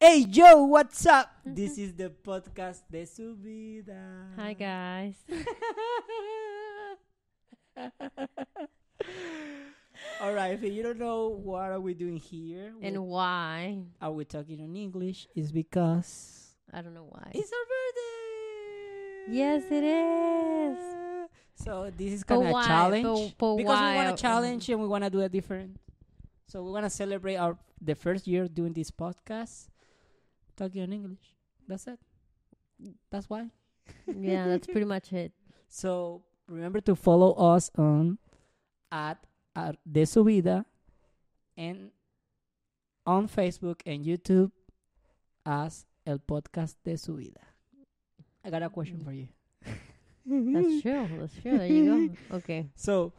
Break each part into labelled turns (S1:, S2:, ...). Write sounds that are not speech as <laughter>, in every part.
S1: Hey yo, what's up? This is the podcast de su vida.
S2: Mm-hmm. Hi guys.
S1: All right, if you don't know what are we doing here
S2: and
S1: we-
S2: why?
S1: are we talking in English, is because
S2: I don't know why.
S1: it's <laughs> our birthday.
S2: Yes, it is.
S1: So this is
S2: But
S1: kind of a
S2: why?
S1: challenge
S2: But- but
S1: because we
S2: why? um,
S1: want to challenge and we want to do it different. So we want to celebrate our the first year doing this podcast, talking in English. That's it. That's why.
S2: yeah, that's pretty much it.
S1: So remember to follow us on at at de subida and on Facebook and YouTube as el podcast de subida. I got a question for you.
S2: <laughs> That's true. That's true. There you go. Okay.
S1: So,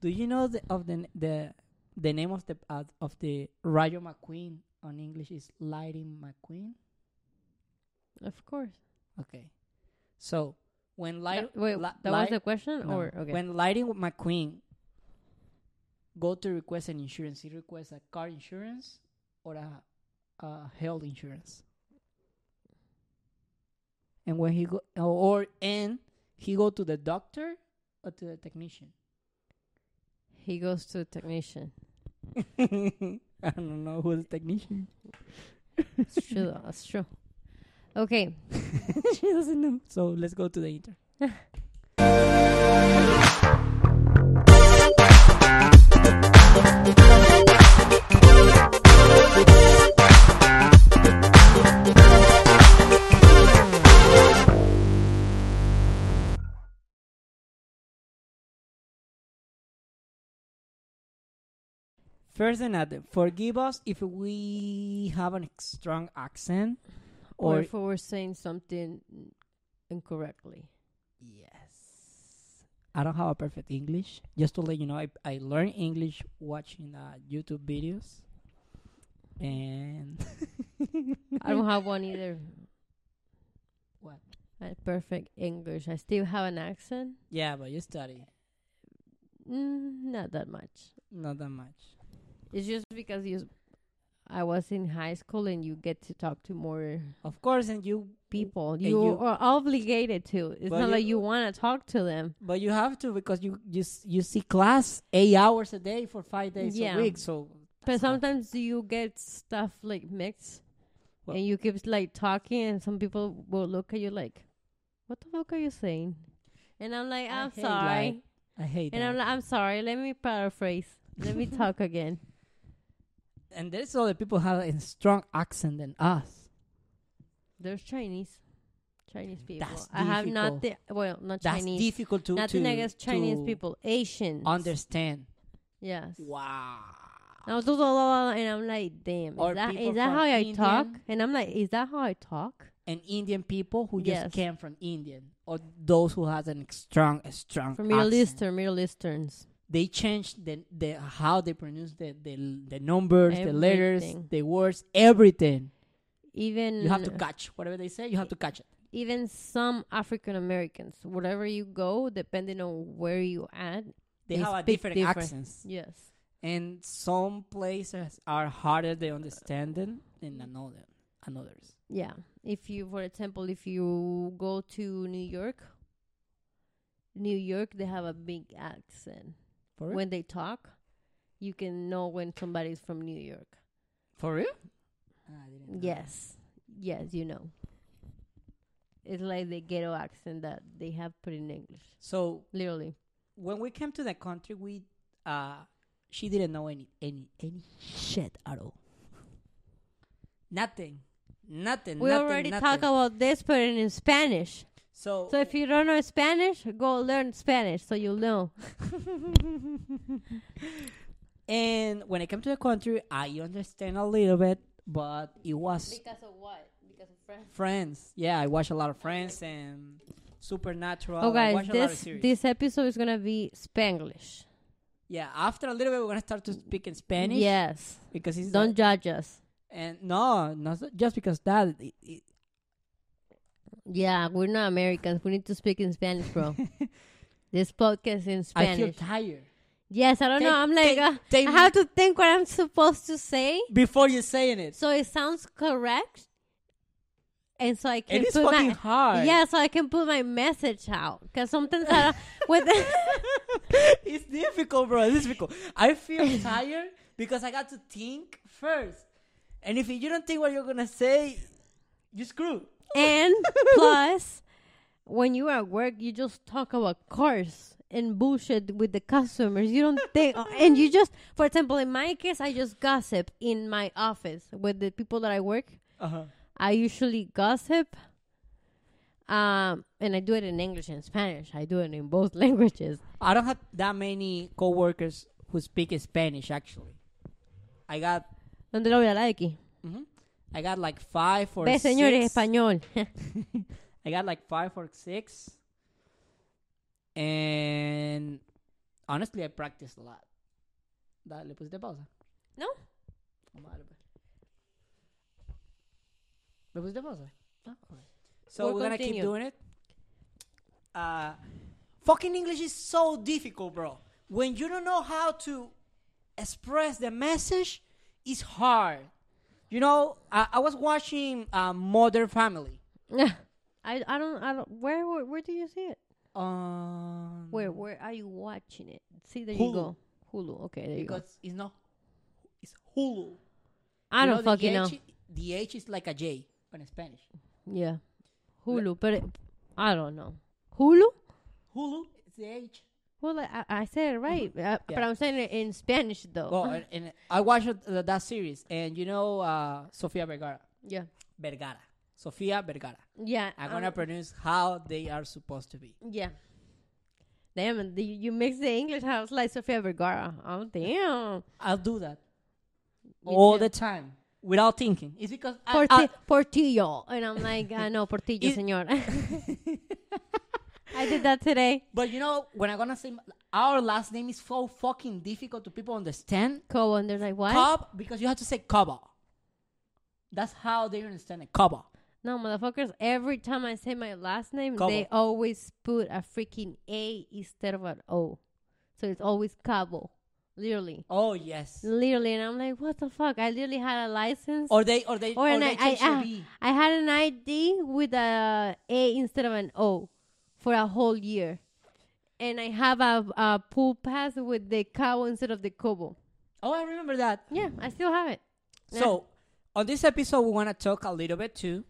S1: do you know the, of the the the name of the uh, of the Rayo McQueen on English is Lighting McQueen?
S2: Of course.
S1: Okay. So when light
S2: That- wait,
S1: li-
S2: that was
S1: light-
S2: the question
S1: No.
S2: or okay.
S1: When lighting with McQueen, go to request an insurance. He requests a car insurance or a, a health insurance. And when he go or and he go to the doctor or to the technician. <laughs>
S2: he goes to the technician.
S1: I don't know who the technician.
S2: That's true.
S1: <laughs>
S2: though. That's true. Okay.
S1: she doesn't know. So let's go to the intern. First and other, forgive us if we have a strong accent
S2: Or,
S1: or
S2: if we were saying something
S1: <laughs>
S2: incorrectly.
S1: Yes. I don't have a perfect English. Just to let you know, I, I learned English watching uh, YouTube videos. And <laughs>
S2: I don't have one either.
S1: What?
S2: Uh, perfect English. I still have an accent.
S1: yeah, but you study.
S2: Mm, not that much.
S1: Not that much.
S2: It's just because you, I was in high school and you get to talk to more
S1: Of course, and you,
S2: people.
S1: you-
S2: You, are obligated to. It's
S1: But
S2: not like
S1: you-
S2: you want to talk to them.
S1: but you have to because you you, s- you see class eight hours a day for five days
S2: Yeah.
S1: a week. So
S2: But
S1: that's hard.
S2: sometimes you get stuff like mixed,
S1: Well-
S2: and you keep like talking, and some people will look at you like, "What the fuck are you saying?" And I'm like,
S1: I
S2: "I'm
S1: hate,
S2: sorry,"
S1: like, I hate
S2: and
S1: that.
S2: I'm like, "I'm sorry." Let me paraphrase. Let me
S1: <laughs>
S2: talk again.
S1: and there's other people have a strong accent than us.
S2: There's Chinese, Chinese people.
S1: That's
S2: I have not the
S1: difficult.
S2: well, not
S1: That's
S2: Chinese.
S1: difficult to
S2: Nothing
S1: to,
S2: against Chinese
S1: to
S2: people, Asians.
S1: understand.
S2: Yes.
S1: Wow.
S2: I was blah, blah, blah, and I'm like, damn,
S1: Or
S2: is that,
S1: people
S2: is that
S1: from
S2: how I talk?
S1: Indian.
S2: And I'm like, is that how I talk?
S1: and Indian people who
S2: Yes.
S1: just came from Indian or those who has an strong a strong
S2: From Middle
S1: accent.
S2: Eastern, Middle Easterns.
S1: They change the, the how they pronounce the the, the numbers, the letters,
S2: Everything. Mm.
S1: the words, everything.
S2: Even
S1: You have to catch whatever they say. You have to catch it.
S2: even some African Americans, wherever you go, depending on where you at.
S1: They,
S2: They
S1: have a
S2: speak
S1: different,
S2: different.
S1: accents,
S2: Yes.
S1: and some places are harder to understand than than another others.
S2: Yeah. If you, for example, if you go to New York, New York, they have a big accent.
S1: For real?
S2: When they talk, you can know when somebody's from New York.
S1: For real? Ah, I didn't know that.
S2: Yes. Yes, you know. It's like the ghetto accent that they have put in English.
S1: So
S2: Literally.
S1: when we came to the country, we uh, she didn't know any any any shit at all. Nothing, nothing.
S2: We
S1: nothing,
S2: already
S1: nothing.
S2: talk about this, but in Spanish.
S1: So,
S2: So if you don't know Spanish, go learn Spanish so you'll know.
S1: and when I came to the country, I understand a little bit, but it was
S2: Because of what? Because of French.
S1: Friends. Yeah, I watch a lot of Friends and Supernatural.
S2: Oh,
S1: I
S2: guys,
S1: watch a lot of
S2: this
S1: series.
S2: this episode is gonna be Spanglish.
S1: yeah, after a little bit, we're gonna start to speak in Spanish.
S2: Yes.
S1: because it's
S2: Don't judge us.
S1: and no, not just because that. It, it,
S2: Yeah, we're not
S1: <laughs>
S2: Americans. We need to speak in Spanish, bro. this podcast in
S1: I feel
S2: Spanish.
S1: tired.
S2: Yes, I don't
S1: Take-
S2: know. I'm like,
S1: take-
S2: uh,
S1: take-
S2: I have to think what I'm supposed to say
S1: before you're saying it.
S2: so it sounds correct, and so I can
S1: It is
S2: put
S1: fucking
S2: my
S1: hard.
S2: yeah, so I can put my message out because sometimes I don't- with
S1: <laughs> it's difficult, bro. It's difficult. I
S2: <laughs>
S1: feel tired because I got to think first. And if you don't think what you're gonna say, you screw.
S2: <laughs> and plus when you are at work you just talk about cars and bullshit with the customers you don't think and you just for example in my case i just gossip in my office with the people that i work
S1: Uh-huh.
S2: I usually gossip. Um, and I do it in English and Spanish. I do it in both <laughs> languages.
S1: I don't have that many coworkers who speak Spanish. Actually, I got
S2: ¿Dónde lo voy a dar aquí?
S1: I got like five or
S2: Mm-hmm. Ve,
S1: six.
S2: señores, español. <laughs>
S1: I got like five or six. And honestly, I practiced a lot. Dale, pusiste pausa. Oh,
S2: No.
S1: Madre, pues. ¿Le pusiste pausa? No. Okay. So
S2: We'll
S1: we're gonna keep
S2: continue.
S1: doing it. Uh, fucking English is so difficult, bro. When you don't know how to express the message, it's hard. You know, I, I was watching uh, Modern Family.
S2: I, I don't, I don't, where, where, where do you see it?
S1: Um,
S2: Where, where are you watching it? See, there
S1: Hulu.
S2: you go. Hulu. Okay, there you go.
S1: Because it's not. It's Hulu.
S2: I
S1: You
S2: don't
S1: the
S2: fucking know.
S1: H, The H is like a J in Spanish.
S2: Yeah. Hulu, but it, I don't know. Hulu?
S1: Hulu is the H.
S2: Well, I, I I said it right,
S1: Mm-hmm.
S2: uh, but I'm saying it in Spanish though.
S1: Well, and, <laughs> and I watched th- that series, and you know, uh, Sofia Vergara.
S2: yeah.
S1: Vergara. Sofia Vergara.
S2: Yeah.
S1: I'm
S2: um,
S1: gonna pronounce how they are supposed to be.
S2: Yeah. Damn, the, you mix the English house like Sofia Vergara. Oh, damn.
S1: I'll do that all
S2: too.
S1: the time without thinking. It's because I,
S2: Porti-
S1: I,
S2: Portillo. And I'm like, uh, no, Portillo,
S1: It-
S2: senor. I did that today.
S1: but you know, when I'm gonna say m- our last name is so fucking difficult to people understand.
S2: Cobo, and they're like, what?
S1: Cobb because you have to say Cabo. That's how they understand it. Cabo.
S2: no, motherfuckers, every time I say my last name,
S1: Cabo.
S2: they always put a freaking A instead of an O. So it's always Cabo. Literally.
S1: Oh yes.
S2: Literally. And I'm like, what the fuck? I literally had a license.
S1: Or they or they or,
S2: or an
S1: they
S2: I,
S1: change
S2: I- ah.
S1: the B.
S2: I had an ID with a A instead of an O for a whole year, and I have a, a pool pass with the cow instead of the Kobo.
S1: Oh, I remember that.
S2: Yeah, I still have it.
S1: So on this episode, we want to talk a little bit too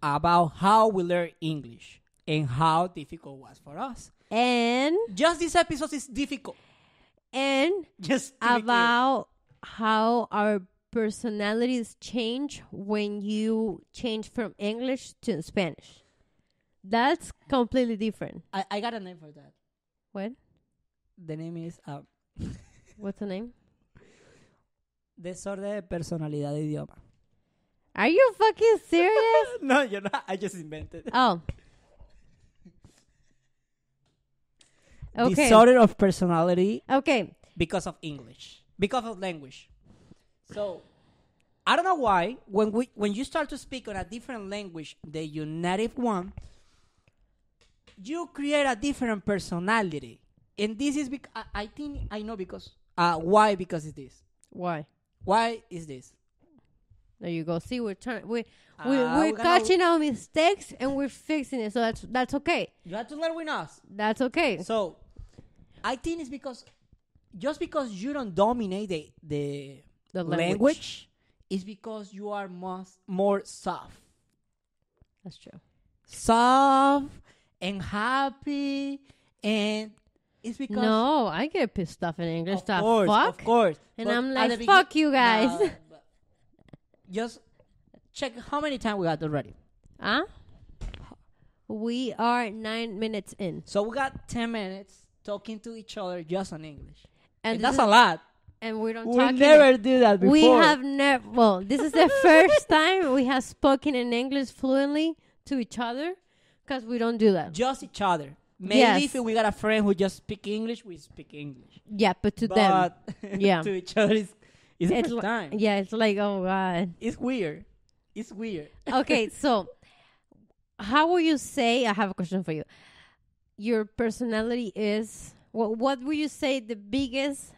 S1: about how we learn English and how difficult it was for us.
S2: And
S1: Just this episode is difficult.
S2: and
S1: Just to be clear.
S2: about how our personalities change when you change from English to Spanish. That's completely different.
S1: I, I got a name for that.
S2: What?
S1: The name is um,
S2: What's the name?
S1: Desorden de Personalidad de Idioma.
S2: Are you fucking serious?
S1: <laughs> no, you're not. I just invented.
S2: Oh. Okay.
S1: Disorder of personality
S2: Okay.
S1: because of English, because of language. So I don't know why when we when you start to speak on a different language than your native one, you create a different personality, and this is bec- I, I think I know because uh, why because it's this
S2: Why?
S1: why is this
S2: There you go. See, we're trying. We we
S1: Ah,
S2: we're
S1: we gotta-
S2: catching our mistakes and we're fixing it. So that's that's okay.
S1: you have to learn with us.
S2: That's okay.
S1: So I think it's because just because you don't dominate the the,
S2: The
S1: language,
S2: language.
S1: is because you are most, more soft.
S2: That's true.
S1: soft and happy and it's because
S2: No, I get pissed off in English.
S1: of
S2: the
S1: course,
S2: fuck.
S1: of course.
S2: And
S1: But
S2: I'm
S1: at
S2: like,
S1: the begin-
S2: "Fuck you guys." <laughs>
S1: No, but just check how many times we got already.
S2: Huh? We are nine minutes in,
S1: So we got ten minutes talking to each other just on English, and,
S2: this
S1: that's
S2: is-
S1: a lot.
S2: and we don't.
S1: We
S2: talk in-
S1: never do that before.
S2: We have never. Well, this is the
S1: <laughs>
S2: first time we have spoken in English fluently to each other, because we don't do that.
S1: just each other. Maybe
S2: Yes.
S1: if we got a friend who just speak English, we speak English.
S2: Yeah, but to them,
S1: But <laughs>
S2: Yeah.
S1: to each other is it's,
S2: it's
S1: first
S2: li-
S1: time.
S2: yeah, it's like oh god.
S1: It's weird. It's weird.
S2: Okay,
S1: <laughs>
S2: so how will you say? I have a question for you. Your personality is What What would you say the biggest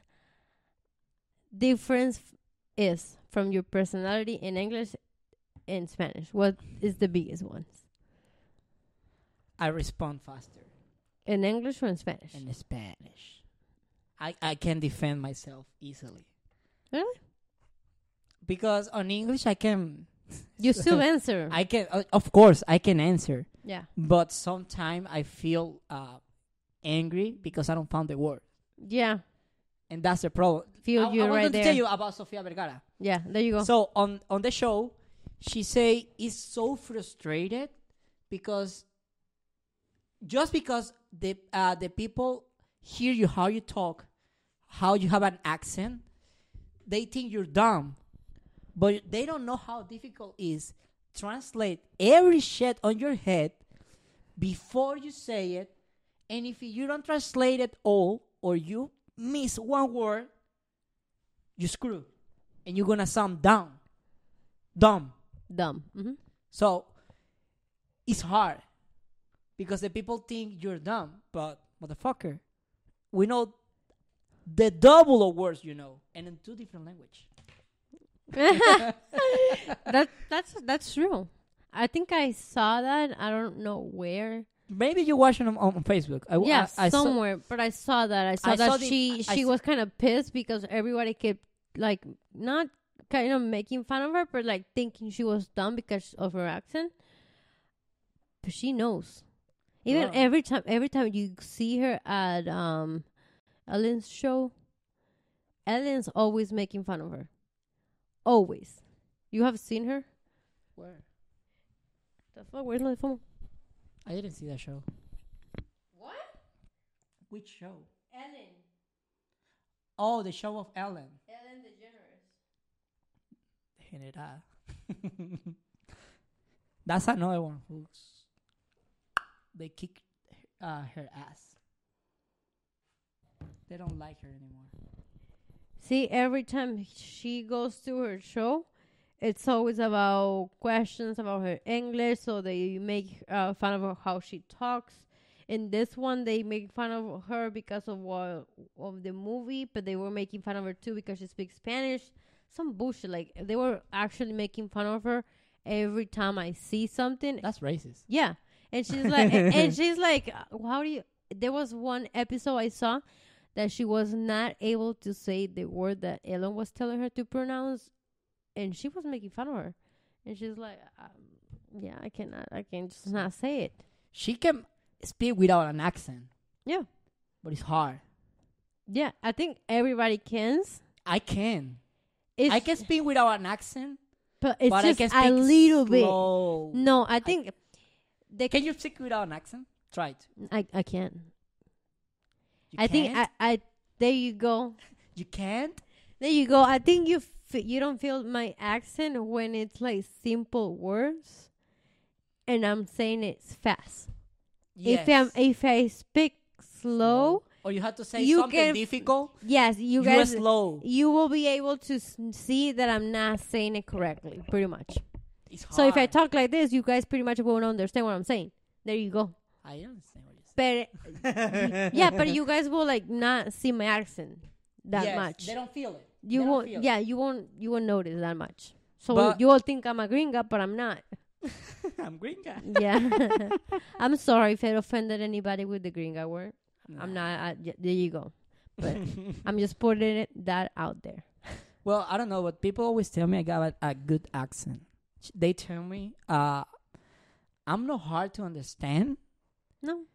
S2: difference f- is from your personality in English and Spanish? What is the biggest one
S1: I respond faster
S2: in English or in Spanish?
S1: in Spanish. I, I can defend myself easily.
S2: Really?
S1: Because on English I can
S2: <laughs>
S1: <laughs>
S2: You still answer.
S1: I can uh, of course I can answer,
S2: yeah.
S1: but sometimes I feel uh, angry because I don't found the word,
S2: Yeah.
S1: and that's the problem.
S2: Feel
S1: I,
S2: you
S1: I
S2: right
S1: wanted
S2: there.
S1: to tell you about Sofia Vergara.
S2: Yeah. There you go.
S1: So on on the show, she say is so frustrated because just because the uh, the people hear you how you talk, how you have an accent, they think you're dumb, but they don't know how difficult it is translate every shit on your head before you say it, and if you don't translate it all or you miss one word, you screw and you're gonna sound down dumb
S2: Dumb. hmm
S1: so it's hard because the people think you're dumb but motherfucker we know the double of words you know and in two different language
S2: <laughs> that that's that's true. I think I saw that. I don't know where.
S1: maybe you're watching them on, on facebook i,
S2: yeah,
S1: I, I saw-
S2: somewhere. but I saw that. I saw
S1: I
S2: that
S1: saw the-
S2: she
S1: I- I
S2: she
S1: s-
S2: was kind of pissed because everybody kept like not kind of making fun of her, but like thinking she was dumb because of her accent. But she knows. Even
S1: Yeah.
S2: every time, every time you see her at um, Ellen's show, Ellen's always making fun of her. Always. You have seen her.
S1: where?
S2: The fuck? Where's my phone?
S1: i didn't see that show
S2: What?
S1: which show
S2: Ellen.
S1: oh the show of ellen
S2: Ellen DeGeneres.
S1: General. <laughs> that's another one who's they kick uh, her ass they don't like her anymore
S2: See, every time she goes to her show, it's always about questions about her English. So they make uh, fun of how she talks. In this one, they make fun of her because of what of the movie, but they were making fun of her too because she speaks Spanish. Some bullshit. Like they were actually making fun of her every time I see something.
S1: That's racist.
S2: Yeah, and she's like, and,
S1: <laughs>
S2: and she's like, uh, how do you? There was one episode I saw that she was not able to say the word that Ellen was telling her to pronounce, and she was making fun of her, and she's like, um, yeah, I cannot, I can just not say it.
S1: She can speak without an accent.
S2: Yeah.
S1: But it's hard.
S2: Yeah, I think everybody can.
S1: I can.
S2: It's,
S1: I can speak without an accent,
S2: but it's
S1: but
S2: just
S1: I can speak
S2: a little
S1: slow.
S2: bit. No, I think they
S1: Can you speak without an accent? Try it.
S2: I I can't.
S1: You
S2: I think
S1: can't?
S2: I I there you go.
S1: you can't.
S2: There you go. I think you f- you don't feel my accent when it's like simple words, and I'm saying it fast. If I'm
S1: Yes.
S2: if I speak slow,
S1: or you have to say
S2: you
S1: something
S2: can f-
S1: difficult,
S2: yes,
S1: you
S2: you
S1: are
S2: guys,
S1: slow.
S2: you will be able to s- see that I'm not saying it correctly, pretty much.
S1: It's hard.
S2: So if I talk like this, you guys pretty much won't understand what I'm saying. There you go.
S1: I understand what you're <laughs>
S2: But
S1: saying.
S2: yeah, but you guys will like not see my accent that
S1: Yes,
S2: much.
S1: They don't feel it.
S2: You
S1: They don't
S2: won't.
S1: feel it.
S2: Yeah, you won't. You won't notice that much. So
S1: But-
S2: you all think I'm a gringa, but I'm not.
S1: <laughs> I'm green guy.
S2: Yeah, I'm sorry if it offended anybody with the gringa word. I'm not. I, y- there you go.
S1: <laughs>
S2: But I'm just putting it, that out there.
S1: Well, I don't know, but people always tell me I got a, a good accent. Sh- They tell me uh, I'm not hard to understand.
S2: No,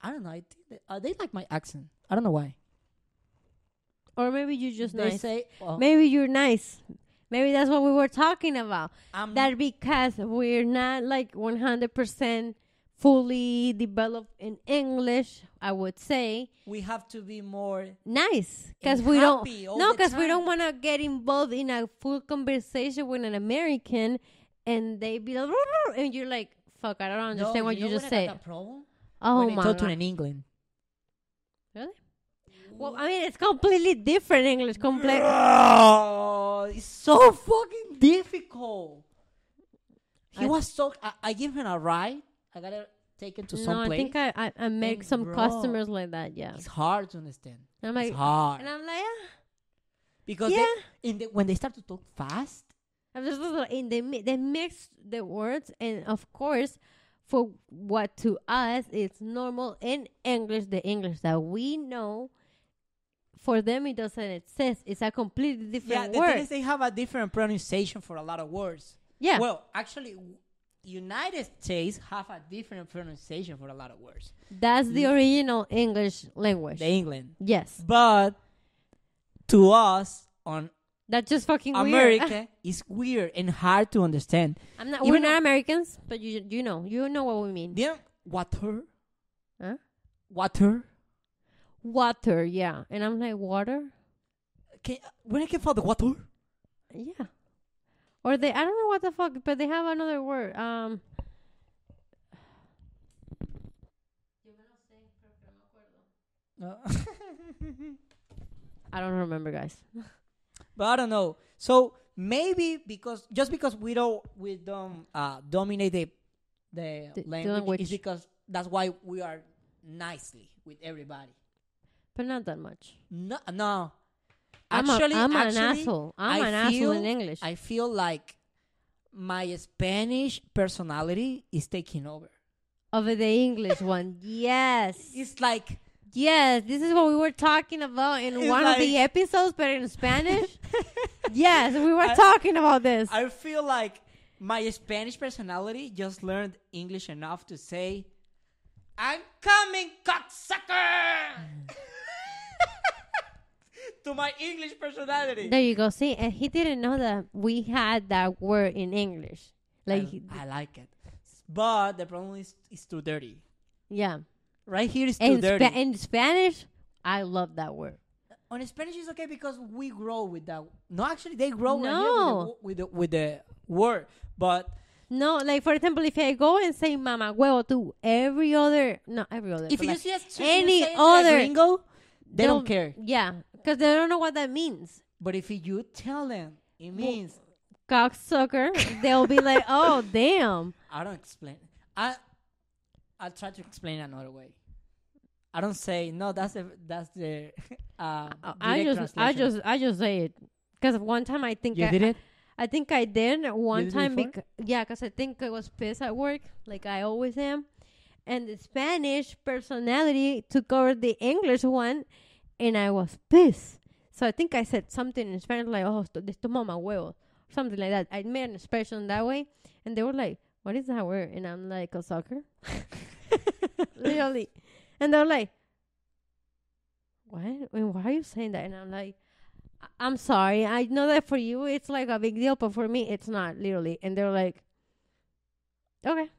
S1: I don't know. I think they, uh, they like my accent. I don't know why.
S2: or maybe you're just
S1: they
S2: nice.
S1: say oh,
S2: Maybe you're nice. Maybe that's what we were talking about.
S1: I'm
S2: That because we're not like 100% fully developed in English, I would say.
S1: we have to be more.
S2: nice because
S1: and
S2: we don't
S1: happy all
S2: no
S1: the
S2: because we don't
S1: time.
S2: want to get involved in a full conversation with an American and they be like "Rrr, rrr," and you're like fuck I don't understand
S1: No,
S2: what you,
S1: know
S2: just
S1: what I
S2: said
S1: got the problem?
S2: oh
S1: when I
S2: my
S1: talk to
S2: God.
S1: in England.
S2: really well I mean it's completely different English completely
S1: Oh, it's so fucking difficult. He
S2: I-
S1: was so. I, I give him a ride. I gotta taken to
S2: No,
S1: some
S2: I
S1: place.
S2: think I I, I make
S1: and
S2: some
S1: grow.
S2: customers like that. Yeah,
S1: it's hard to understand.
S2: And I'm like,
S1: it's hard
S2: and I'm like, ah,
S1: because
S2: yeah.
S1: they, in the, when they start to talk fast,
S2: I'm just like, and they mi- they mix the words, and of course, for what to us is normal in English, the English that we know, for them it doesn't exist. It's a completely
S1: yeah,
S2: different
S1: the
S2: word.
S1: thing is they have a different pronunciation for a lot of words.
S2: yeah,
S1: Well, actually, w- United States have a different pronunciation for a lot of words.
S2: that's the original English language.
S1: The England,
S2: yes,
S1: but to us on
S2: that's just fucking weird.
S1: America, it's weird and hard to understand.
S2: <laughs> I'm not.
S1: Even
S2: We're
S1: though-
S2: not Americans, but you you know you know what we mean.
S1: Then water,
S2: Huh?
S1: water.
S2: Water, yeah, and I'm like water.
S1: Can, when I can find the water,
S2: Yeah. Or they I don't know what the fuck, but they have another word. Um
S1: No.
S2: I don't remember guys.
S1: <laughs> but I don't know. So maybe because just because we don't we don't uh, dominate the the,
S2: The- the
S1: language,
S2: language.
S1: is because that's why we are nicely with everybody.
S2: But not that much.
S1: No, no.
S2: I'm a-
S1: Actually,
S2: I'm an
S1: actually,
S2: asshole. I'm
S1: I
S2: an asshole
S1: feel-
S2: in English.
S1: I feel like my Spanish personality is taking over.
S2: Over the English <laughs> one. Yes.
S1: It's like
S2: Yes. This is what we were talking about in
S1: It's
S2: one of the <laughs>
S1: like-
S2: episodes, but in Spanish. yes, we were
S1: I-
S2: talking about this.
S1: I feel like my Spanish personality just learned English enough to say, "I'm coming, cocksucker." <laughs> to my English personality.
S2: there you go. See, and he didn't know that we had that word in English. Like
S1: I, I like it, but the problem is it's too dirty.
S2: yeah.
S1: Right here is too
S2: In,
S1: dirty.
S2: Spa- in Spanish, I love that word.
S1: on Spanish is okay because we grow with that. No, actually, they grow right here
S2: No.
S1: with, the, wo- with the with the word, but
S2: No, like for example, if I go and say "mama huevo" to every other, no, every other.
S1: if
S2: but
S1: you
S2: like
S1: see a, if you
S2: any
S1: say it to a
S2: other,
S1: gringo, they
S2: they'll-
S1: don't care.
S2: Yeah, because they don't know what that means.
S1: But if you tell them, it means
S2: Cocksucker, they'll be <laughs> like, "Oh, damn."
S1: I don't explain. I I'll try to explain another way. I don't say no. That's the that's the <laughs> uh,
S2: I- I
S1: direct
S2: just, I
S1: translation.
S2: just, I just say it. Because one time I think
S1: you
S2: I,
S1: did it.
S2: I think I did one
S1: did it
S2: time.
S1: before?
S2: Because, yeah, because I think I was pissed at work, like I always am. And the Spanish personality took over the English one, and I was pissed. So I think I said something in Spanish like, oh, esto, de esto mama huevo, something like that. I made an expression that way, and they were like, what is that word? And I'm like, a soccer? Literally. And they're like, what? And why are you saying that? And I'm like, "I- I'm sorry. I know that for you it's like a big deal, but for me it's not, literally. And they're like, okay.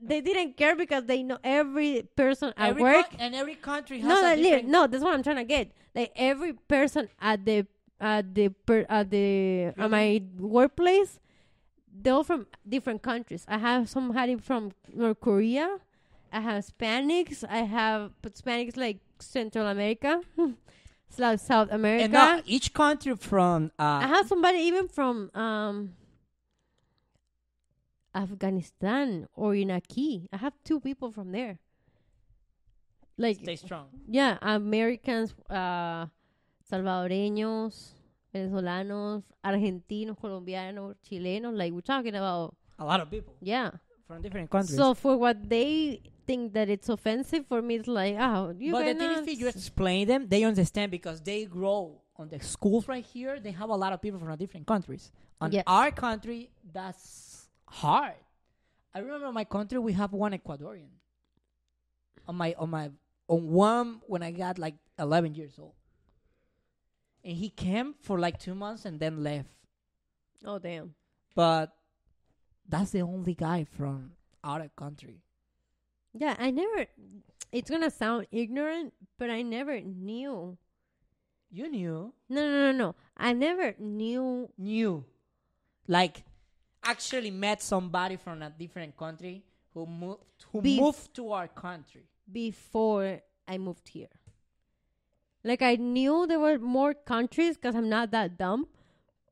S2: They didn't care because they know every person at
S1: Every
S2: work
S1: co- and every country has
S2: no,
S1: a
S2: that li-
S1: different.
S2: no, that's what I'm trying to get. Like every person at the at the per, at the at my workplace, they're all from different countries. I have somebody from North Korea. I have Hispanics. I have but Hispanics like Central America, <laughs> South South America.
S1: and now each country from
S2: I
S1: uh,
S2: have somebody even from um Afghanistan or Iraqi. I have two people from there. Like
S1: stay strong.
S2: yeah, Americans, uh, salvadoreños, venezolanos, argentinos, colombianos, chilenos. Like we're talking about,
S1: A lot of people
S2: yeah.
S1: from different countries.
S2: So for what they think that it's offensive, for me it's like, oh, you
S1: but the thing
S2: cannot.
S1: is, if you explain them, they understand because they grow on the schools right here. They have a lot of people from different countries. On
S2: Yes.
S1: our country, that's hard. I remember in my country we have one Ecuadorian. On my on my on one when I got like eleven years old, and he came for like two months and then left.
S2: oh damn.
S1: But that's the only guy from our country.
S2: Yeah, I never. It's gonna sound ignorant, but I never knew.
S1: You knew.
S2: No, no, no, no. I never knew
S1: knew, like, actually met somebody from a different country who moved who
S2: Bef-
S1: moved to our country.
S2: before I moved here. Like I knew there were more countries because I'm not that dumb,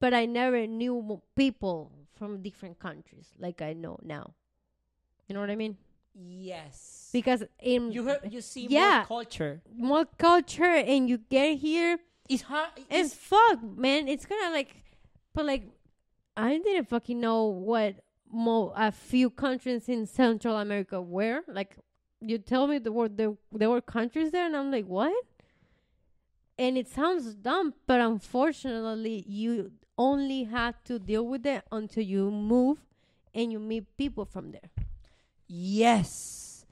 S2: but I never knew mo- people from different countries like I know now. You know what I mean?
S1: Yes.
S2: because in
S1: you heard, you see
S2: Yeah.
S1: more culture.
S2: more culture and you get here
S1: It's hard.
S2: and
S1: It's,
S2: fuck, man, it's gonna like, but like, I didn't fucking know what mo a few countries in Central America were. Like, you tell me the word there there were countries there, and I'm like, what? And it sounds dumb, but unfortunately, you only have to deal with it until you move and you meet people from there.
S1: yes.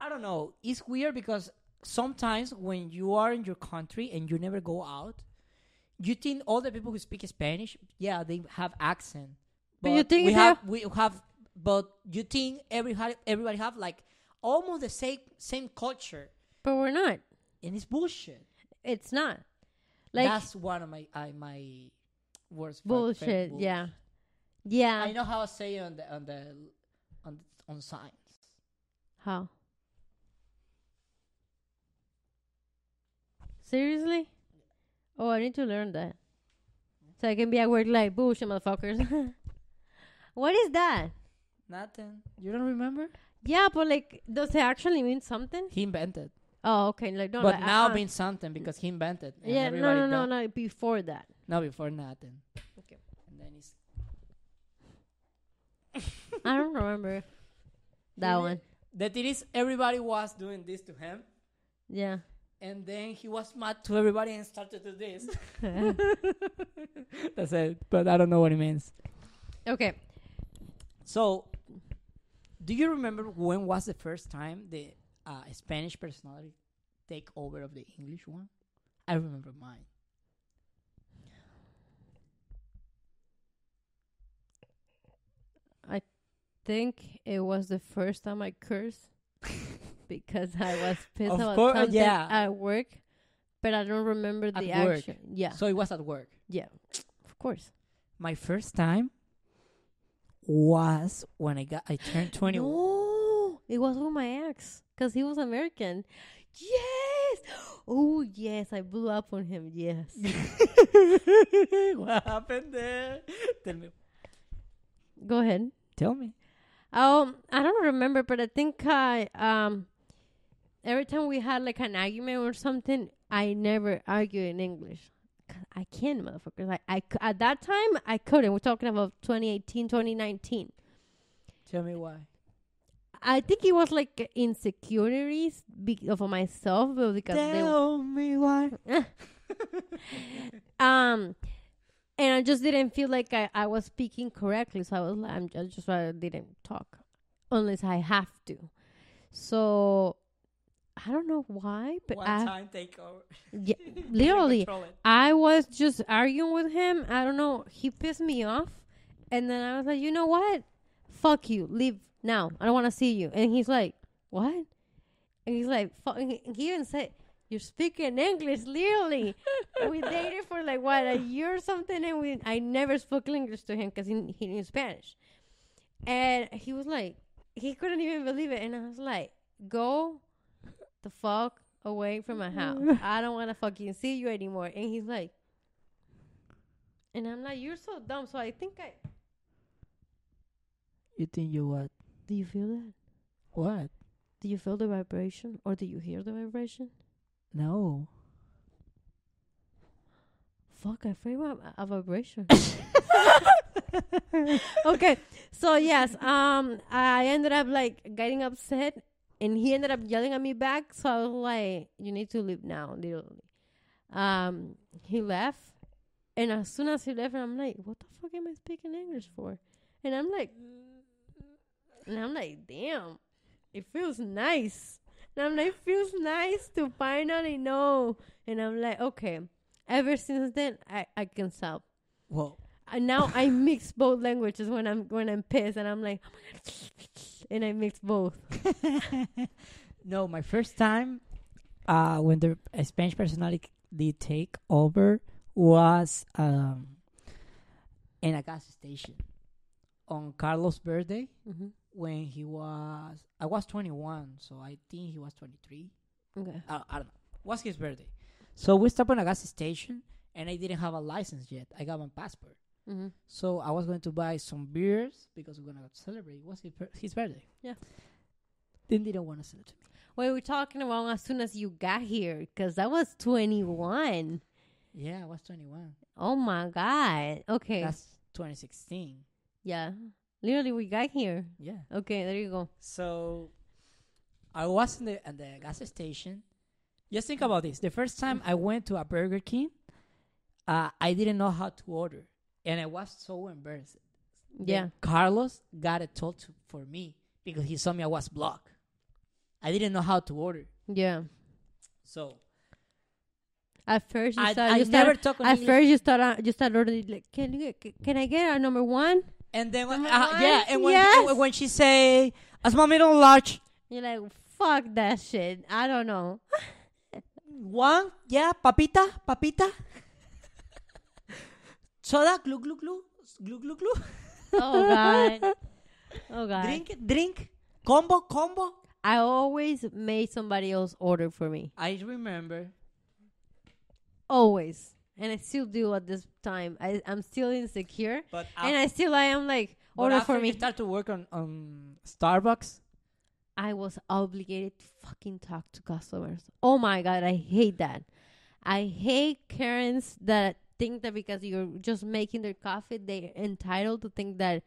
S1: I don't know. It's weird because sometimes when you are in your country and you never go out, you think all the people who speak Spanish, yeah, they have accent.
S2: But you think
S1: we
S2: it's
S1: have
S2: a-
S1: we have, but you think every everybody have like almost the same same culture,
S2: But we're not.
S1: and it's bullshit.
S2: It's not. Like
S1: That's one of my I, my worst fa- fa-
S2: bullshit.
S1: bull-
S2: Yeah. Um, Yeah.
S1: I know how I say it on the on the on on signs.
S2: How? Seriously? Oh, I need to learn that. So I can be at work like, bullshit, motherfuckers. <laughs> what is that?
S1: Nothing. You don't remember?
S2: Yeah, but like, does it actually mean something?
S1: He invented,
S2: Oh, okay. Like, no,
S1: but
S2: like,
S1: now
S2: uh,
S1: means something because he invented. and
S2: yeah, no,
S1: everybody
S2: no, no,
S1: thought-
S2: no. Before that,
S1: No, before nothing.
S2: Okay.
S1: And then it's
S2: I don't remember
S1: <laughs>
S2: that
S1: Really?
S2: one.
S1: the thing is everybody was doing this to him, <laughs>
S2: Yeah,
S1: and then he was mad to everybody and started to do
S2: <laughs>
S1: this. <laughs> That's it. But I don't know what it means.
S2: okay.
S1: So, do you remember when was the first time the uh, Spanish personality take over of the English one? I remember mine.
S2: Think it was the first time I
S1: <laughs>
S2: cursed because I was pissed
S1: Of
S2: about
S1: cour-
S2: something
S1: yeah.
S2: at work, but I don't remember the
S1: At work.
S2: action. Yeah,
S1: So it was at work.
S2: yeah, of course.
S1: My first time was when I got I turned 21. <laughs>
S2: No, it was with my ex because he was American. Yes. Oh yes, I blew up on him.
S1: <laughs>
S2: Yes.
S1: what happened there? Tell me.
S2: Go ahead.
S1: Tell me.
S2: Um, I don't remember, but I think I um, every time we had like an argument or something, I never argue in English. 'Cause I can, motherfuckers. Like I c- at that time I couldn't. We're talking about 2018, 2019.
S1: Tell me why.
S2: I think it was like insecurities be- of myself but because they were
S1: Tell me why.
S2: um and i just didn't feel like i, I was speaking correctly so i was like I'm, i just I didn't talk unless i have to so i don't know why but
S1: One
S2: I,
S1: time take over. <laughs>
S2: yeah,
S1: You
S2: literally
S1: control it.
S2: i was just arguing with him i don't know he pissed me off and then i was like you know what fuck you leave now i don't want to see you and he's like what and he's like fuck. and he and he even said you're speaking english literally
S1: <laughs>
S2: we dated for like what a year or something, and we I never spoke English to him because he, he knew Spanish, and he was like he couldn't even believe it, and I was like, go the fuck away from my <laughs> house. I don't want to fucking see you anymore. And he's like, and I'm like, you're so dumb. So I think I
S1: You think you what?
S2: do you feel that?
S1: What?
S2: Do you feel the vibration, or do you hear the vibration?
S1: <laughs> No.
S2: Fuck, I feel a, a <laughs> vibration. <laughs> okay, so yes, um, I ended up like getting upset, and he ended up yelling at me back. So I was like, "You need to leave now, literally." Um, he left, and as soon as he left, I'm like, "What the fuck am I speaking English for?" And I'm like, and I'm like, "Damn, it feels nice." And I'm like, "It feels nice to finally know." And I'm like, "Okay." Ever since then, I I can stop
S1: Well,
S2: and now I mix both languages when I'm when I'm pissed and I'm like, oh my god, and I mix both.
S1: <laughs> no, my first time uh, when the uh, Spanish personality did take over was um, in a gas station on Carlos' birthday when he was I was 21, so I think he was 23.
S2: Okay.
S1: I, I don't know. Was his birthday? So we stopped on a gas station, and I didn't have a license yet. I got my passport,
S2: Mm-hmm.
S1: So I was going to buy some beers because we're gonna celebrate. It was his, bir- his birthday?
S2: Yeah.
S1: Then they don't want to sell it to
S2: Well, we're talking about as soon as you got here, because that was 21.
S1: me. Yeah, I was 21.
S2: Oh my God. Okay.
S1: That's 2016.
S2: yeah. Literally, we got here.
S1: Yeah.
S2: Okay, there you go.
S1: So I was in the at the gas station. Just think about this. The first time I went to a Burger King, uh, I didn't know how to order, and I was so embarrassed.
S2: Yeah.
S1: Then Carlos got it told to, for me because he saw me I was blocked. I didn't know how to order,
S2: Yeah.
S1: so
S2: At first, you
S1: I,
S2: start.
S1: I
S2: you
S1: never
S2: start
S1: talk on
S2: at
S1: English.
S2: first, you start. Uh, you start ordering. Like, can you? get- Can I get a number one?
S1: and then when,
S2: Number
S1: uh,
S2: one?
S1: yeah, and when,
S2: Yes.
S1: and when she say "as small medium large,"
S2: You're like, fuck that shit. I don't know.
S1: One, yeah, papita, papita. <laughs> Soda, glue, glue, glue, glue, glue, glue.
S2: Oh <laughs> God. Oh God.
S1: Drink, drink, combo, combo.
S2: I always made somebody else order for me.
S1: I remember.
S2: Always. And I still do at this time. I, I'm still insecure.
S1: But
S2: and
S1: af-
S2: I still I am like
S1: Ah. but
S2: order
S1: after
S2: for me.
S1: You start to work on, on Starbucks.
S2: I was obligated to fucking talk to customers. Oh my god, I hate that. I hate Karens that think that because you're just making their coffee, they're entitled to think that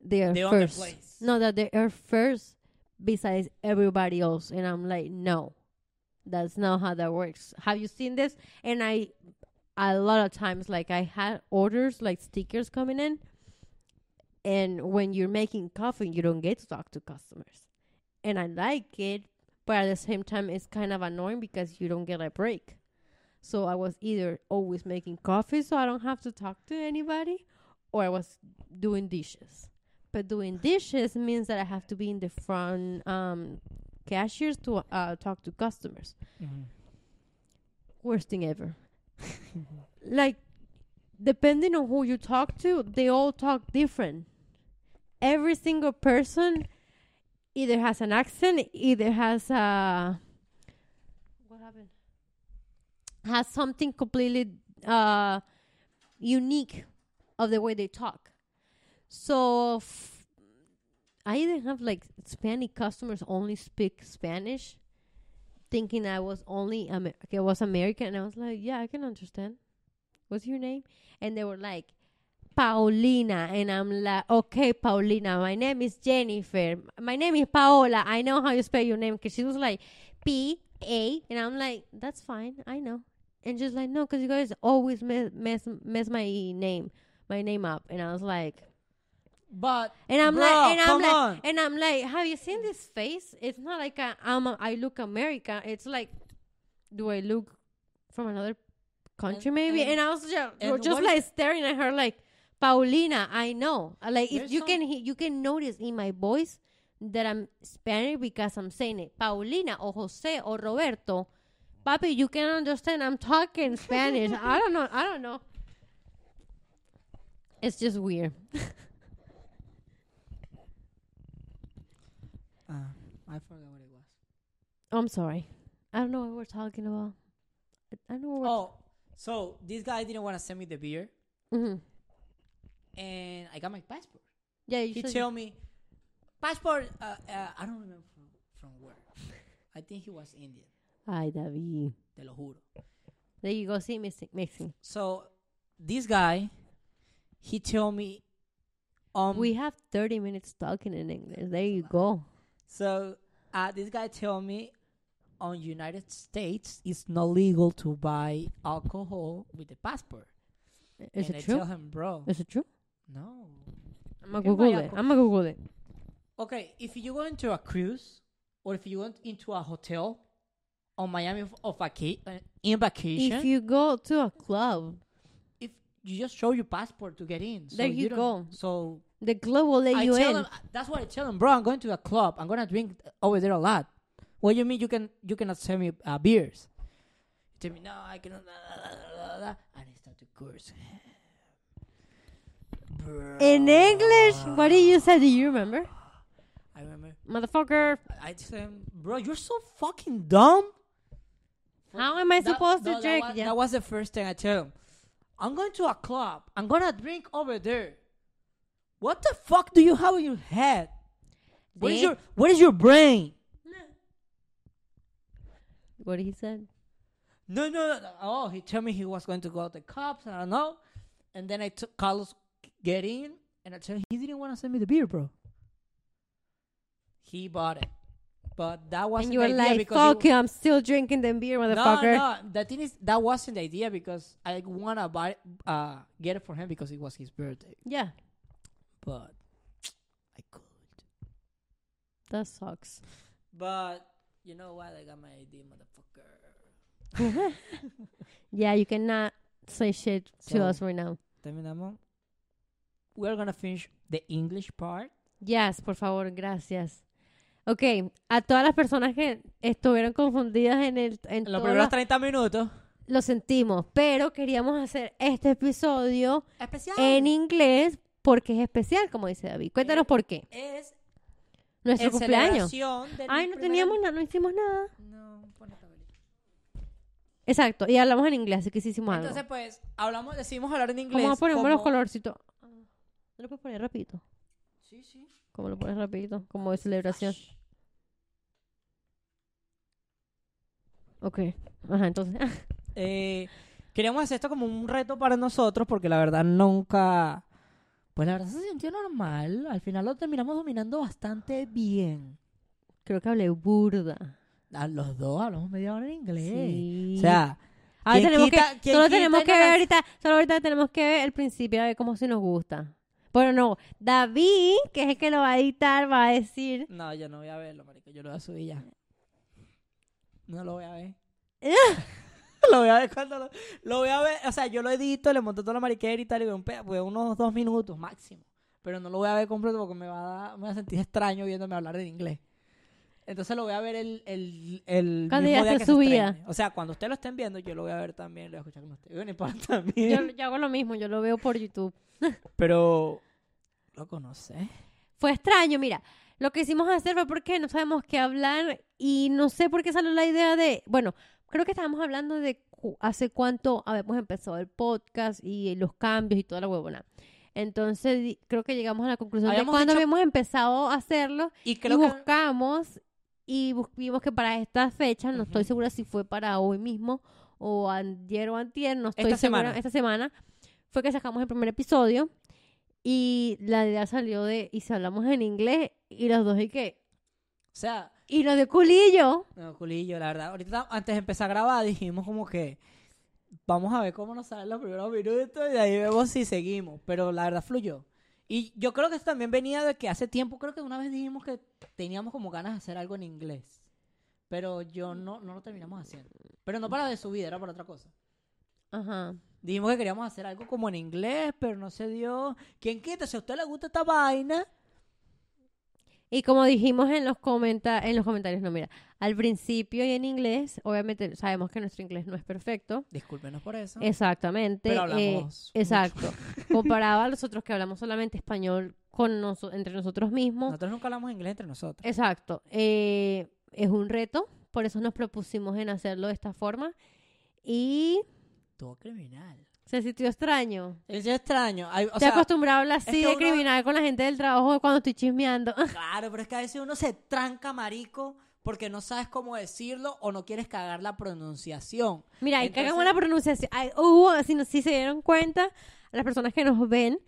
S2: they are
S1: They own the
S2: first.
S1: place.
S2: No, that they are first besides everybody else. And I'm like, no, that's not how that works. Have you seen this? And I, a lot of times, like I had orders like stickers coming in. And when you're making coffee, you don't get to talk to customers. And I like it, but at the same time, it's kind of annoying because you don't get a break. So I was either always making coffee so I don't have to talk to anybody, or I was doing dishes. But doing dishes means that I have to be in the front um, cashiers to uh, talk to customers.
S1: Mm-hmm.
S2: Worst thing ever. like, depending on who you talk to, they all talk different. Every single person either has an accent, either has a. What happened? Has something completely uh, unique of the way they talk. So f- I either have like Spanish customers only speak Spanish, thinking I was only Amer- I was American, and I was like, yeah, I can understand. What's your name? And they were like, Paulina, and I'm like, okay, Paulina. My name is Jennifer. My name is Paola. I know how you spell your name because she was like P A, and I'm like, that's fine. I know. And just like, no, because you guys always mess, mess mess my name, my name up. And I was like,
S1: But
S2: and I'm
S1: Bro,
S2: like, and I'm
S1: come
S2: like,
S1: on.
S2: and I'm like, have you seen this face? It's not like a, I'm a, I look American. It's like, do I look from another country
S1: And-
S2: maybe?
S1: and-
S2: And, I was just,
S1: and
S2: just
S1: what
S2: like staring at her, like Paulina. I know, Uh, like if
S1: There's
S2: you
S1: some-
S2: can, he- you can notice in my voice that I'm Spanish because I'm saying it, Paulina or Jose or Roberto. Papi, you can understand. I'm talking Spanish. I don't know. I
S1: <laughs>
S2: don't know. It's just weird.
S1: uh, I forgot what it was.
S2: I'm sorry. I don't know what we're talking about. I- I don't know what.
S1: Oh, so this guy didn't want to send me the beer,
S2: Mhm.
S1: and I got my passport.
S2: Yeah, you
S1: he
S2: said-
S1: tell me passport. Uh, uh, I don't remember from, from where. I think he was Indian.
S2: Ay, David.
S1: Te lo juro.
S2: There you go. See, missing, mixing.
S1: So this guy, he told me, um,
S2: We have 30 minutes talking in English. There you go.
S1: so uh, this guy told me, on United States, it's not legal to buy alcohol with a passport.
S2: Is
S1: and
S2: it
S1: I
S2: true?
S1: tell him, bro,
S2: Is it true?
S1: no.
S2: I'm
S1: Am
S2: gonna
S1: I
S2: Google it.
S1: alco-
S2: I'm gonna Google it.
S1: Okay, if you go into a cruise or if you went into a hotel on Miami of, of vaca- uh, in vacation,
S2: If you go to a club,
S1: if you just show your passport to get in. So
S2: There you
S1: don't-
S2: go.
S1: So
S2: the club will let
S1: I
S2: you
S1: tell
S2: in.
S1: him that's what I tell him, bro. I'm going to a club. I'm gonna drink over there a lot. What you mean you can you cannot send me uh, beers? You tell me no, I cannot. And I start to curse. Bro,
S2: in English? What did you say? Do you remember?
S1: I remember.
S2: Motherfucker.
S1: I tell him, bro, you're so fucking dumb.
S2: How am I
S1: That-
S2: supposed
S1: no,
S2: to
S1: that
S2: drink?
S1: was-
S2: yeah.
S1: That was the first thing I tell him. I'm going to a club. I'm gonna drink over there. What the fuck do you have in your head? What is
S2: Dick.
S1: your What is your brain?
S2: What he said?
S1: No, no, no. no. Oh, he told me he was going to go to the cops. and I don't know. And then I took Carlos get in, and I told him he didn't want to send me the beer, bro. He bought it, but that wasn't
S2: And you were
S1: the idea
S2: like,
S1: because it
S2: "Fuck you! I'm still drinking the beer, motherfucker."
S1: No, no. The thing is, that wasn't the idea because I wanna buy, uh, get it for him because it was his birthday.
S2: Yeah,
S1: But I could.
S2: that sucks.
S1: But you know what? I got my idea, motherfucker.
S2: Yeah, you cannot say shit to
S1: So-
S2: us right now.
S1: Terminamos. We're gonna finish the English part.
S2: Yes, por favor, gracias. Ok, a todas las personas que estuvieron confundidas en el... En
S1: Los
S2: todos
S1: primeros
S2: los-
S1: 30 minutos.
S2: lo sentimos, pero queríamos hacer este episodio
S1: Especial.
S2: en inglés porque es especial, como dice David. Cuéntanos por qué.
S1: es
S2: Nuestro
S1: en
S2: cumpleaños.
S1: celebración del
S2: Ay, no
S1: primer-
S2: teníamos nada, no hicimos nada.
S1: No, pon la tablita.
S2: Exacto, y hablamos en inglés, así que sí hicimos algo.
S1: Entonces, pues, hablamos, decidimos hablar en inglés.
S2: Vamos a poner los
S1: como-
S2: colorcitos. Ah, ¿No lo puedes poner rapidito?
S1: Sí, sí.
S2: ¿Cómo lo pones rapidito? Como de celebración. Ok, ajá, entonces...
S1: Eh, queríamos hacer esto como un reto para nosotros porque la verdad nunca... Pues la verdad se sintió normal. Al final lo terminamos dominando bastante bien.
S2: Creo que hablé burda.
S1: A los dos hablamos media hora en inglés.
S2: Sí.
S1: O sea...
S2: Ahora
S1: ¿quién
S2: tenemos
S1: quita-
S2: que,
S1: quién
S2: solo
S1: quita
S2: tenemos
S1: y
S2: que
S1: nos
S2: ver
S1: hace-
S2: ahorita, solo ahorita tenemos que ver el principio a ver cómo si nos gusta. Bueno, no, David, que es el que lo va a editar, va a decir,
S1: No, yo no voy a verlo, marico. Yo lo voy a subir ya. No lo voy a ver. <laughs> lo voy a ver cuando lo, lo voy a ver. O sea, yo lo edito, le monto toda la mariquera y tal, y veo un peda- pues, unos dos minutos máximo. Pero no lo voy a ver completo porque me va a, dar- me va a sentir extraño viéndome hablar en inglés. Entonces lo voy a ver el, el, el
S2: Cuando
S1: mismo
S2: ya
S1: día
S2: esté
S1: que
S2: subida.
S1: Se estrene. o sea, cuando ustedes lo estén viendo, yo lo voy a ver también, lo voy a escuchar con ustedes. Bueno, y para
S2: yo,
S1: <laughs> también.
S2: yo hago lo mismo, yo lo veo por YouTube.
S1: Pero lo conoces.
S2: Fue extraño, mira, lo que hicimos hacer fue porque no sabemos qué hablar y no sé por qué salió la idea de, bueno, creo que estábamos hablando de cu- hace cuánto habíamos empezado el podcast y los cambios y toda la huevona. Entonces, di- creo que llegamos a la conclusión de
S1: Habíamos
S2: cuándo
S1: dicho-
S2: habíamos empezado a hacerlo
S1: Y
S2: y
S1: creo que
S2: buscamos y bus- vimos que para esta fecha, no estoy
S1: Ujú.
S2: segura si fue para hoy mismo o ayer o antier, no estoy
S1: Esta
S2: segura,
S1: semana.
S2: esta semana, fue que sacamos el primer episodio y la idea salió de, y si hablamos en inglés y los dos y qué,
S1: o sea,
S2: y nos dio culillo.
S1: No, culillo, la verdad. Ahorita antes de empezar a grabar dijimos como que vamos a ver cómo nos salen los primeros minutos y de ahí vemos si seguimos. Pero la verdad fluyó. Y yo creo que eso también venía de que hace tiempo, creo que una vez dijimos que teníamos como ganas de hacer algo en inglés. Pero yo no, no lo terminamos haciendo. Pero no para de subida, era para otra cosa.
S2: Ajá.
S1: Dijimos que queríamos hacer algo como en inglés, pero no se dio. ¿Quién quita? Si a usted le gusta esta vaina,
S2: Y como dijimos en los, comenta en los comentarios, no, mira, al principio y en inglés, obviamente sabemos que nuestro inglés no es perfecto.
S1: discúlpenos por eso.
S2: Exactamente.
S1: Pero
S2: eh,
S1: hablamos. <laughs>
S2: Exacto. Comparaba a nosotros que hablamos solamente español con noso- entre nosotros mismos.
S1: Nosotros nunca hablamos inglés entre nosotros.
S2: Exacto. Eh, es un reto, por eso nos propusimos en hacerlo de esta forma. Y
S1: Todo criminal.
S2: se sintió extraño.
S1: Es extraño. Ay, o
S2: Te
S1: sea,
S2: acostumbrado a hablar así
S1: que
S2: de
S1: uno-
S2: criminal con la gente del trabajo cuando estoy chismeando.
S1: Claro, pero es que a veces uno se tranca, marico, porque no sabes cómo decirlo o no quieres cagar la pronunciación.
S2: Mira, ahí
S1: Entonces-
S2: cagamos la pronunciación. Ay, hubo, si, no- si se dieron cuenta, las personas que nos ven,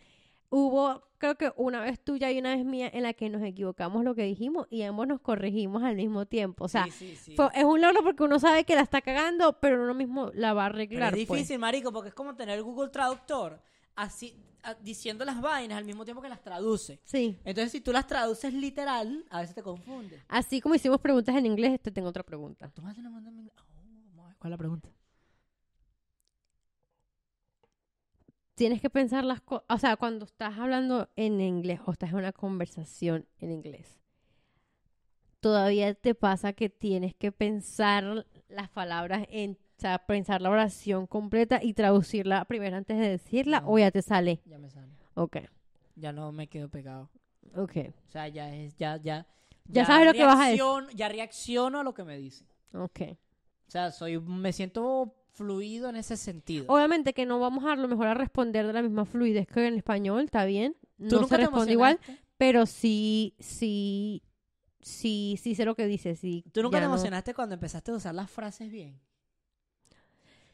S2: hubo, creo que una vez tuya y una vez mía, en la que nos equivocamos lo que dijimos y ambos nos corregimos al mismo tiempo. O sea,
S1: Sí, sí, sí.
S2: Fue- es un logro porque uno sabe que la está cagando, pero uno mismo la va a
S1: Pero
S2: arreglar.
S1: es
S2: pues.
S1: difícil, marico, porque es como tener Google Traductor así a- diciendo las vainas al mismo tiempo que las traduce.
S2: Sí.
S1: Entonces, si tú las traduces literal, a veces te confunde.
S2: Así como hicimos preguntas en inglés, te tengo otra pregunta.
S1: Tú me haces una pregunta en inglés. Oh, vamos a ver, ¿Cuál es la pregunta?
S2: Tienes que pensar las cosas, o sea, cuando estás hablando en inglés o estás en una conversación en inglés, todavía te pasa que tienes que pensar las palabras en, o sea, pensar la oración completa y traducirla primero antes de decirla
S1: No.
S2: o ya te sale.
S1: Ya me sale.
S2: Ok,
S1: Ya no me quedo pegado.
S2: ok.
S1: O sea, ya es, ya, ya.
S2: Ya sabes lo que vas a decir.
S1: reacciono- Ya reacciono a lo que me dicen.
S2: Ok.
S1: O sea, soy, me siento fluido en ese sentido.
S2: Obviamente que no vamos a lo mejor a responder de la misma fluidez que en español, está bien.
S1: ¿Tú
S2: No se
S1: nunca te
S2: responde igual,
S1: emocionaste?
S2: pero sí, sí, sí, sí sé lo que dices. Sí,
S1: ¿Tú nunca
S2: ya
S1: te
S2: no.
S1: emocionaste cuando empezaste a usar las frases bien?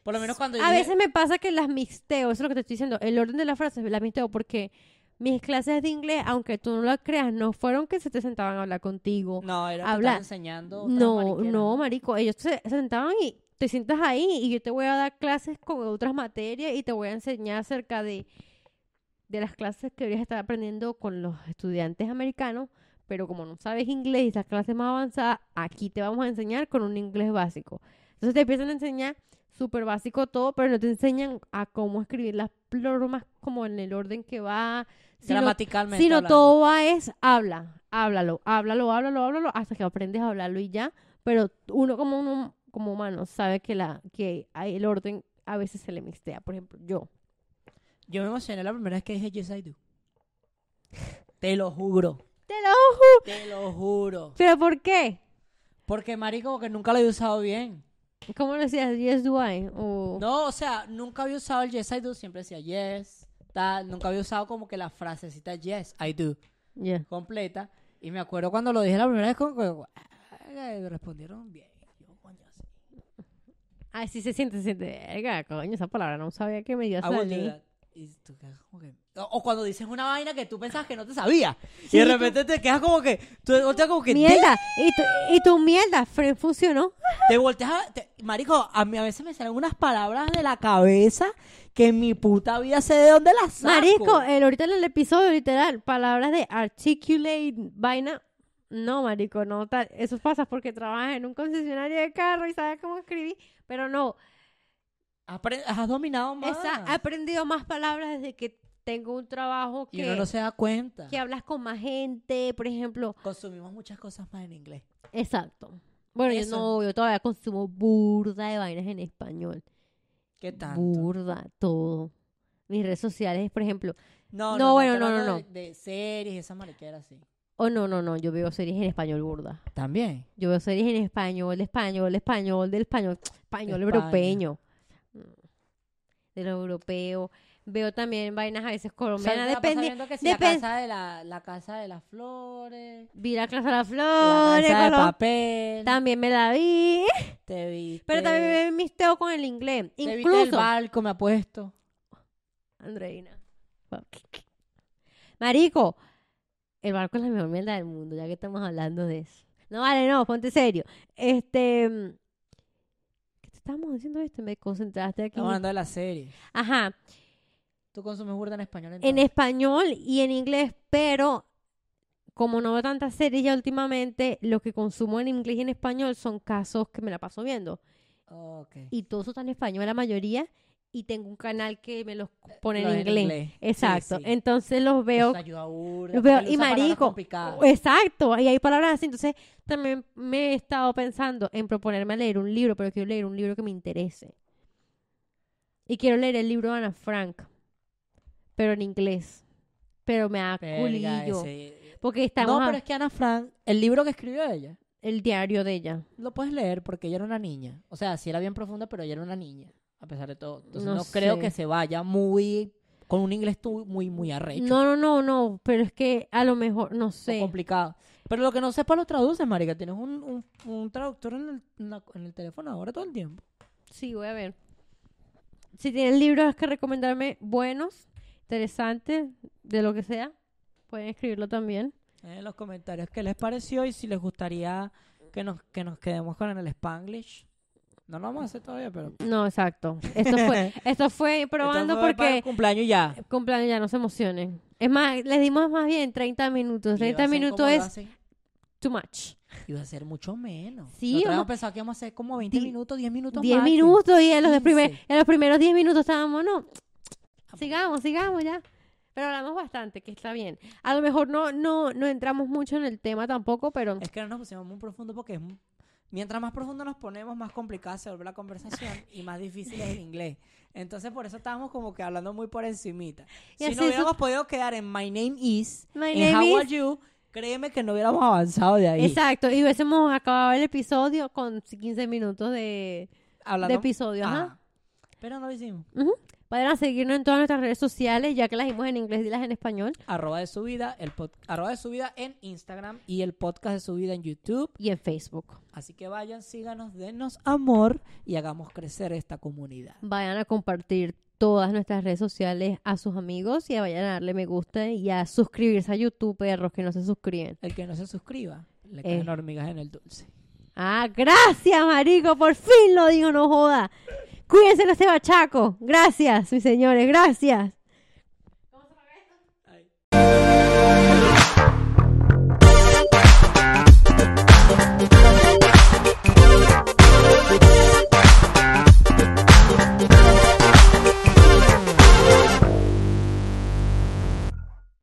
S1: Por lo menos cuando yo
S2: A
S1: dije-
S2: veces me pasa que las mixteo, eso es lo que te estoy diciendo. El orden de las frases las mixteo porque mis clases de inglés, aunque tú no lo creas, no fueron que se te sentaban a hablar contigo.
S1: No, era que
S2: habla-
S1: estaban enseñando otras
S2: No,
S1: mariqueras.
S2: no, marico. Ellos se, se sentaban y te sientas ahí y yo te voy a dar clases con otras materias y te voy a enseñar acerca de, de las clases que deberías estar aprendiendo con los estudiantes americanos. Pero como no sabes inglés y las clases más avanzadas, aquí te vamos a enseñar con un inglés básico. Entonces te empiezan a enseñar súper básico todo, pero no te enseñan a cómo escribir las plumas como en el orden que va. sino
S1: gramaticalmente.
S2: si no,
S1: hablando.
S2: todo va es habla, háblalo, háblalo, háblalo, háblalo, hasta que aprendes a hablarlo y ya. Pero uno como uno, como humano sabe que la que hay el orden a veces se le mixtea. Por ejemplo, yo.
S1: Yo me emocioné la primera vez que dije Yes I do. Te lo juro.
S2: Te lo ju-
S1: Te lo juro.
S2: Pero ¿por qué?
S1: Porque marico, que nunca lo había usado bien.
S2: ¿Cómo lo decías? Yes do I o
S1: No, o sea, nunca había usado el yes I do, siempre decía yes, tal, nunca había usado como que la frasecita yes I do
S2: Yeah.
S1: completa. Y me acuerdo cuando lo dije la primera vez, como que "Ah, me respondieron bien. Yo, coño, sí.
S2: Ay, sí se siente, se siente. Verga, coño, esa palabra no sabía que me iba a
S1: I will do
S2: salir.
S1: that. Y tú quedas como que- O, o cuando dices una vaina que tú pensabas que no te sabías.
S2: Sí,
S1: y de
S2: tú-
S1: repente te quedas como que. Tú te volteas como que.
S2: Mierda, y tu, y tu mierda, Fred funcionó.
S1: Te volteas. a- te- marico, a mí a veces me salen unas palabras de la cabeza que en mi puta vida sé de dónde las saco.
S2: Marico, eh. el, ahorita en el episodio, literal, palabras de articulate, vaina. No, marico, no. tal. Eso pasa porque trabajas en un concesionario de carro y sabes cómo escribir. Pero no,
S1: Apre- has dominado más.
S2: esa, he aprendido más palabras desde que tengo un trabajo
S1: Y
S2: que,
S1: uno no se da cuenta.
S2: que hablas con más gente, por ejemplo.
S1: Consumimos muchas cosas más en inglés.
S2: Exacto. Bueno, yo
S1: Eso.
S2: no, yo todavía consumo burda de vainas en español.
S1: ¿Qué tanto?
S2: Burda, todo. Mis redes sociales, por ejemplo.
S1: no,
S2: No, bueno,
S1: estoy
S2: no, no,
S1: hablando De, de series, esas mariqueras, sí.
S2: Oh, no, no, no, yo veo series en español burda.
S1: También.
S2: Yo veo series en español, español, español, del español, español
S1: España.
S2: europeo. De lo europeo. Veo también vainas a veces colombianas. Depende.
S1: que si
S2: depen-
S1: la casa de la, la casa de las flores,
S2: Vi la clase de las
S1: la
S2: flores.
S1: casa de
S2: Colom-
S1: papel,
S2: También me la vi.
S1: te viste,
S2: Pero también me misteo con el inglés.
S1: te viste el
S2: Incluso.
S1: barco, me apuesto.
S2: Andreina. Marico. El barco es la mejor mierda del mundo, ya que estamos hablando de eso. No, vale, no, ponte serio. Este. ¿Qué te estábamos diciendo esto? Me concentraste aquí.
S1: Estamos hablando de la serie.
S2: Ajá.
S1: Tú consumes burda en español
S2: en
S1: entonces.
S2: español y en inglés, pero como no veo tantas series ya últimamente, lo que consumo en inglés y en español son casos que me la paso viendo.
S1: Ok.
S2: Y todo eso está en español la mayoría y tengo un canal que me los pone
S1: Los
S2: en inglés.
S1: Sí,
S2: Exacto.
S1: sí.
S2: Entonces los veo.
S1: Eso ayuda burda,
S2: Los veo
S1: porque él
S2: y
S1: usa palabras
S2: marico.
S1: complicadas.
S2: Exacto. Y hay palabras así. Entonces también me he estado pensando en proponerme a leer un libro, pero quiero leer un libro que me interese. Y quiero leer el libro de Ana Frank, pero en inglés. Pero me da
S1: Verga,
S2: culillo.
S1: ese-
S2: Porque estamos
S1: No, pero
S2: a-
S1: es que Ana Frank, el libro que escribió ella,
S2: el diario de ella.
S1: lo puedes leer porque ella era una niña. O sea, sí era bien profunda, pero ella era una niña, a pesar de todo. Entonces
S2: No
S1: no, creo
S2: sé.
S1: que se vaya muy con un inglés tu- muy muy arrecho.
S2: No, no, no, no. Pero es que a lo mejor, no
S1: o
S2: sé.
S1: complicado. Pero lo que no sepa lo traduces, marica. Tienes un, un- un traductor en el, en la- en el teléfono ahora todo el tiempo.
S2: Sí, voy a ver. Si tienen libros que recomendarme buenos, interesantes, de lo que sea, pueden escribirlo también.
S1: En Eh, los comentarios qué les pareció y si les gustaría que nos, que nos quedemos con el Spanglish. No lo vamos a hacer todavía, pero...
S2: No, exacto. Esto
S1: <laughs>
S2: fue, esto fue probando
S1: Esto fue para el
S2: porque
S1: cumpleaños y ya.
S2: cumpleaños ya no se emocionen. Es más, les dimos más bien 30 minutos.
S1: Iba a
S2: 30
S1: ser
S2: minutos
S1: como lo
S2: es
S1: hacen-
S2: too much.
S1: Iba a ser mucho menos. Nosotros
S2: Sí, vamos-
S1: habíamos pensado que íbamos a hacer como 20
S2: Di-
S1: minutos, 10 minutos
S2: 10
S1: máximo.
S2: minutos y en los, de primer-
S1: 15.
S2: en los primeros 10 minutos estábamos, no, sigamos, sigamos ya. Pero hablamos bastante, que está bien. A lo mejor no, no, no entramos mucho en el tema tampoco, pero
S1: Es que no nos pusimos muy profundo porque es... mu- Mientras más profundo nos ponemos, más complicada se vuelve la
S2: <laughs>
S1: conversación y más difícil es el inglés. Entonces, por eso estábamos como que hablando muy por encimita. si
S2: Y así
S1: no
S2: su-
S1: hubiéramos podido quedar en My Name Is,
S2: My
S1: en
S2: Name
S1: How
S2: Is.
S1: Are You, créeme que no hubiéramos avanzado de ahí.
S2: exacto. Y hubiésemos acabado el episodio con 15 minutos de, de
S1: Hablando... Ah.
S2: episodio. ajá.
S1: Ajá. Pero no lo hicimos.
S2: Podrán seguirnos en todas nuestras redes sociales, ya que las dimos en inglés y las en español.
S1: Arroba de su vida, el pod- arroba de su vida en Instagram y el podcast de su vida en YouTube.
S2: Y en Facebook.
S1: Así que vayan, síganos, dennos amor y hagamos crecer esta comunidad.
S2: Vayan a compartir todas nuestras redes sociales a sus amigos y a vayan a darle me gusta y a suscribirse a YouTube, perros que no se suscriben.
S1: El que no se suscriba, le
S2: Eh.
S1: caen hormigas en el dulce.
S2: Ah, gracias, marico, por fin lo digo, no joda. Cuídense de este bachaco. Gracias, mis señores, gracias.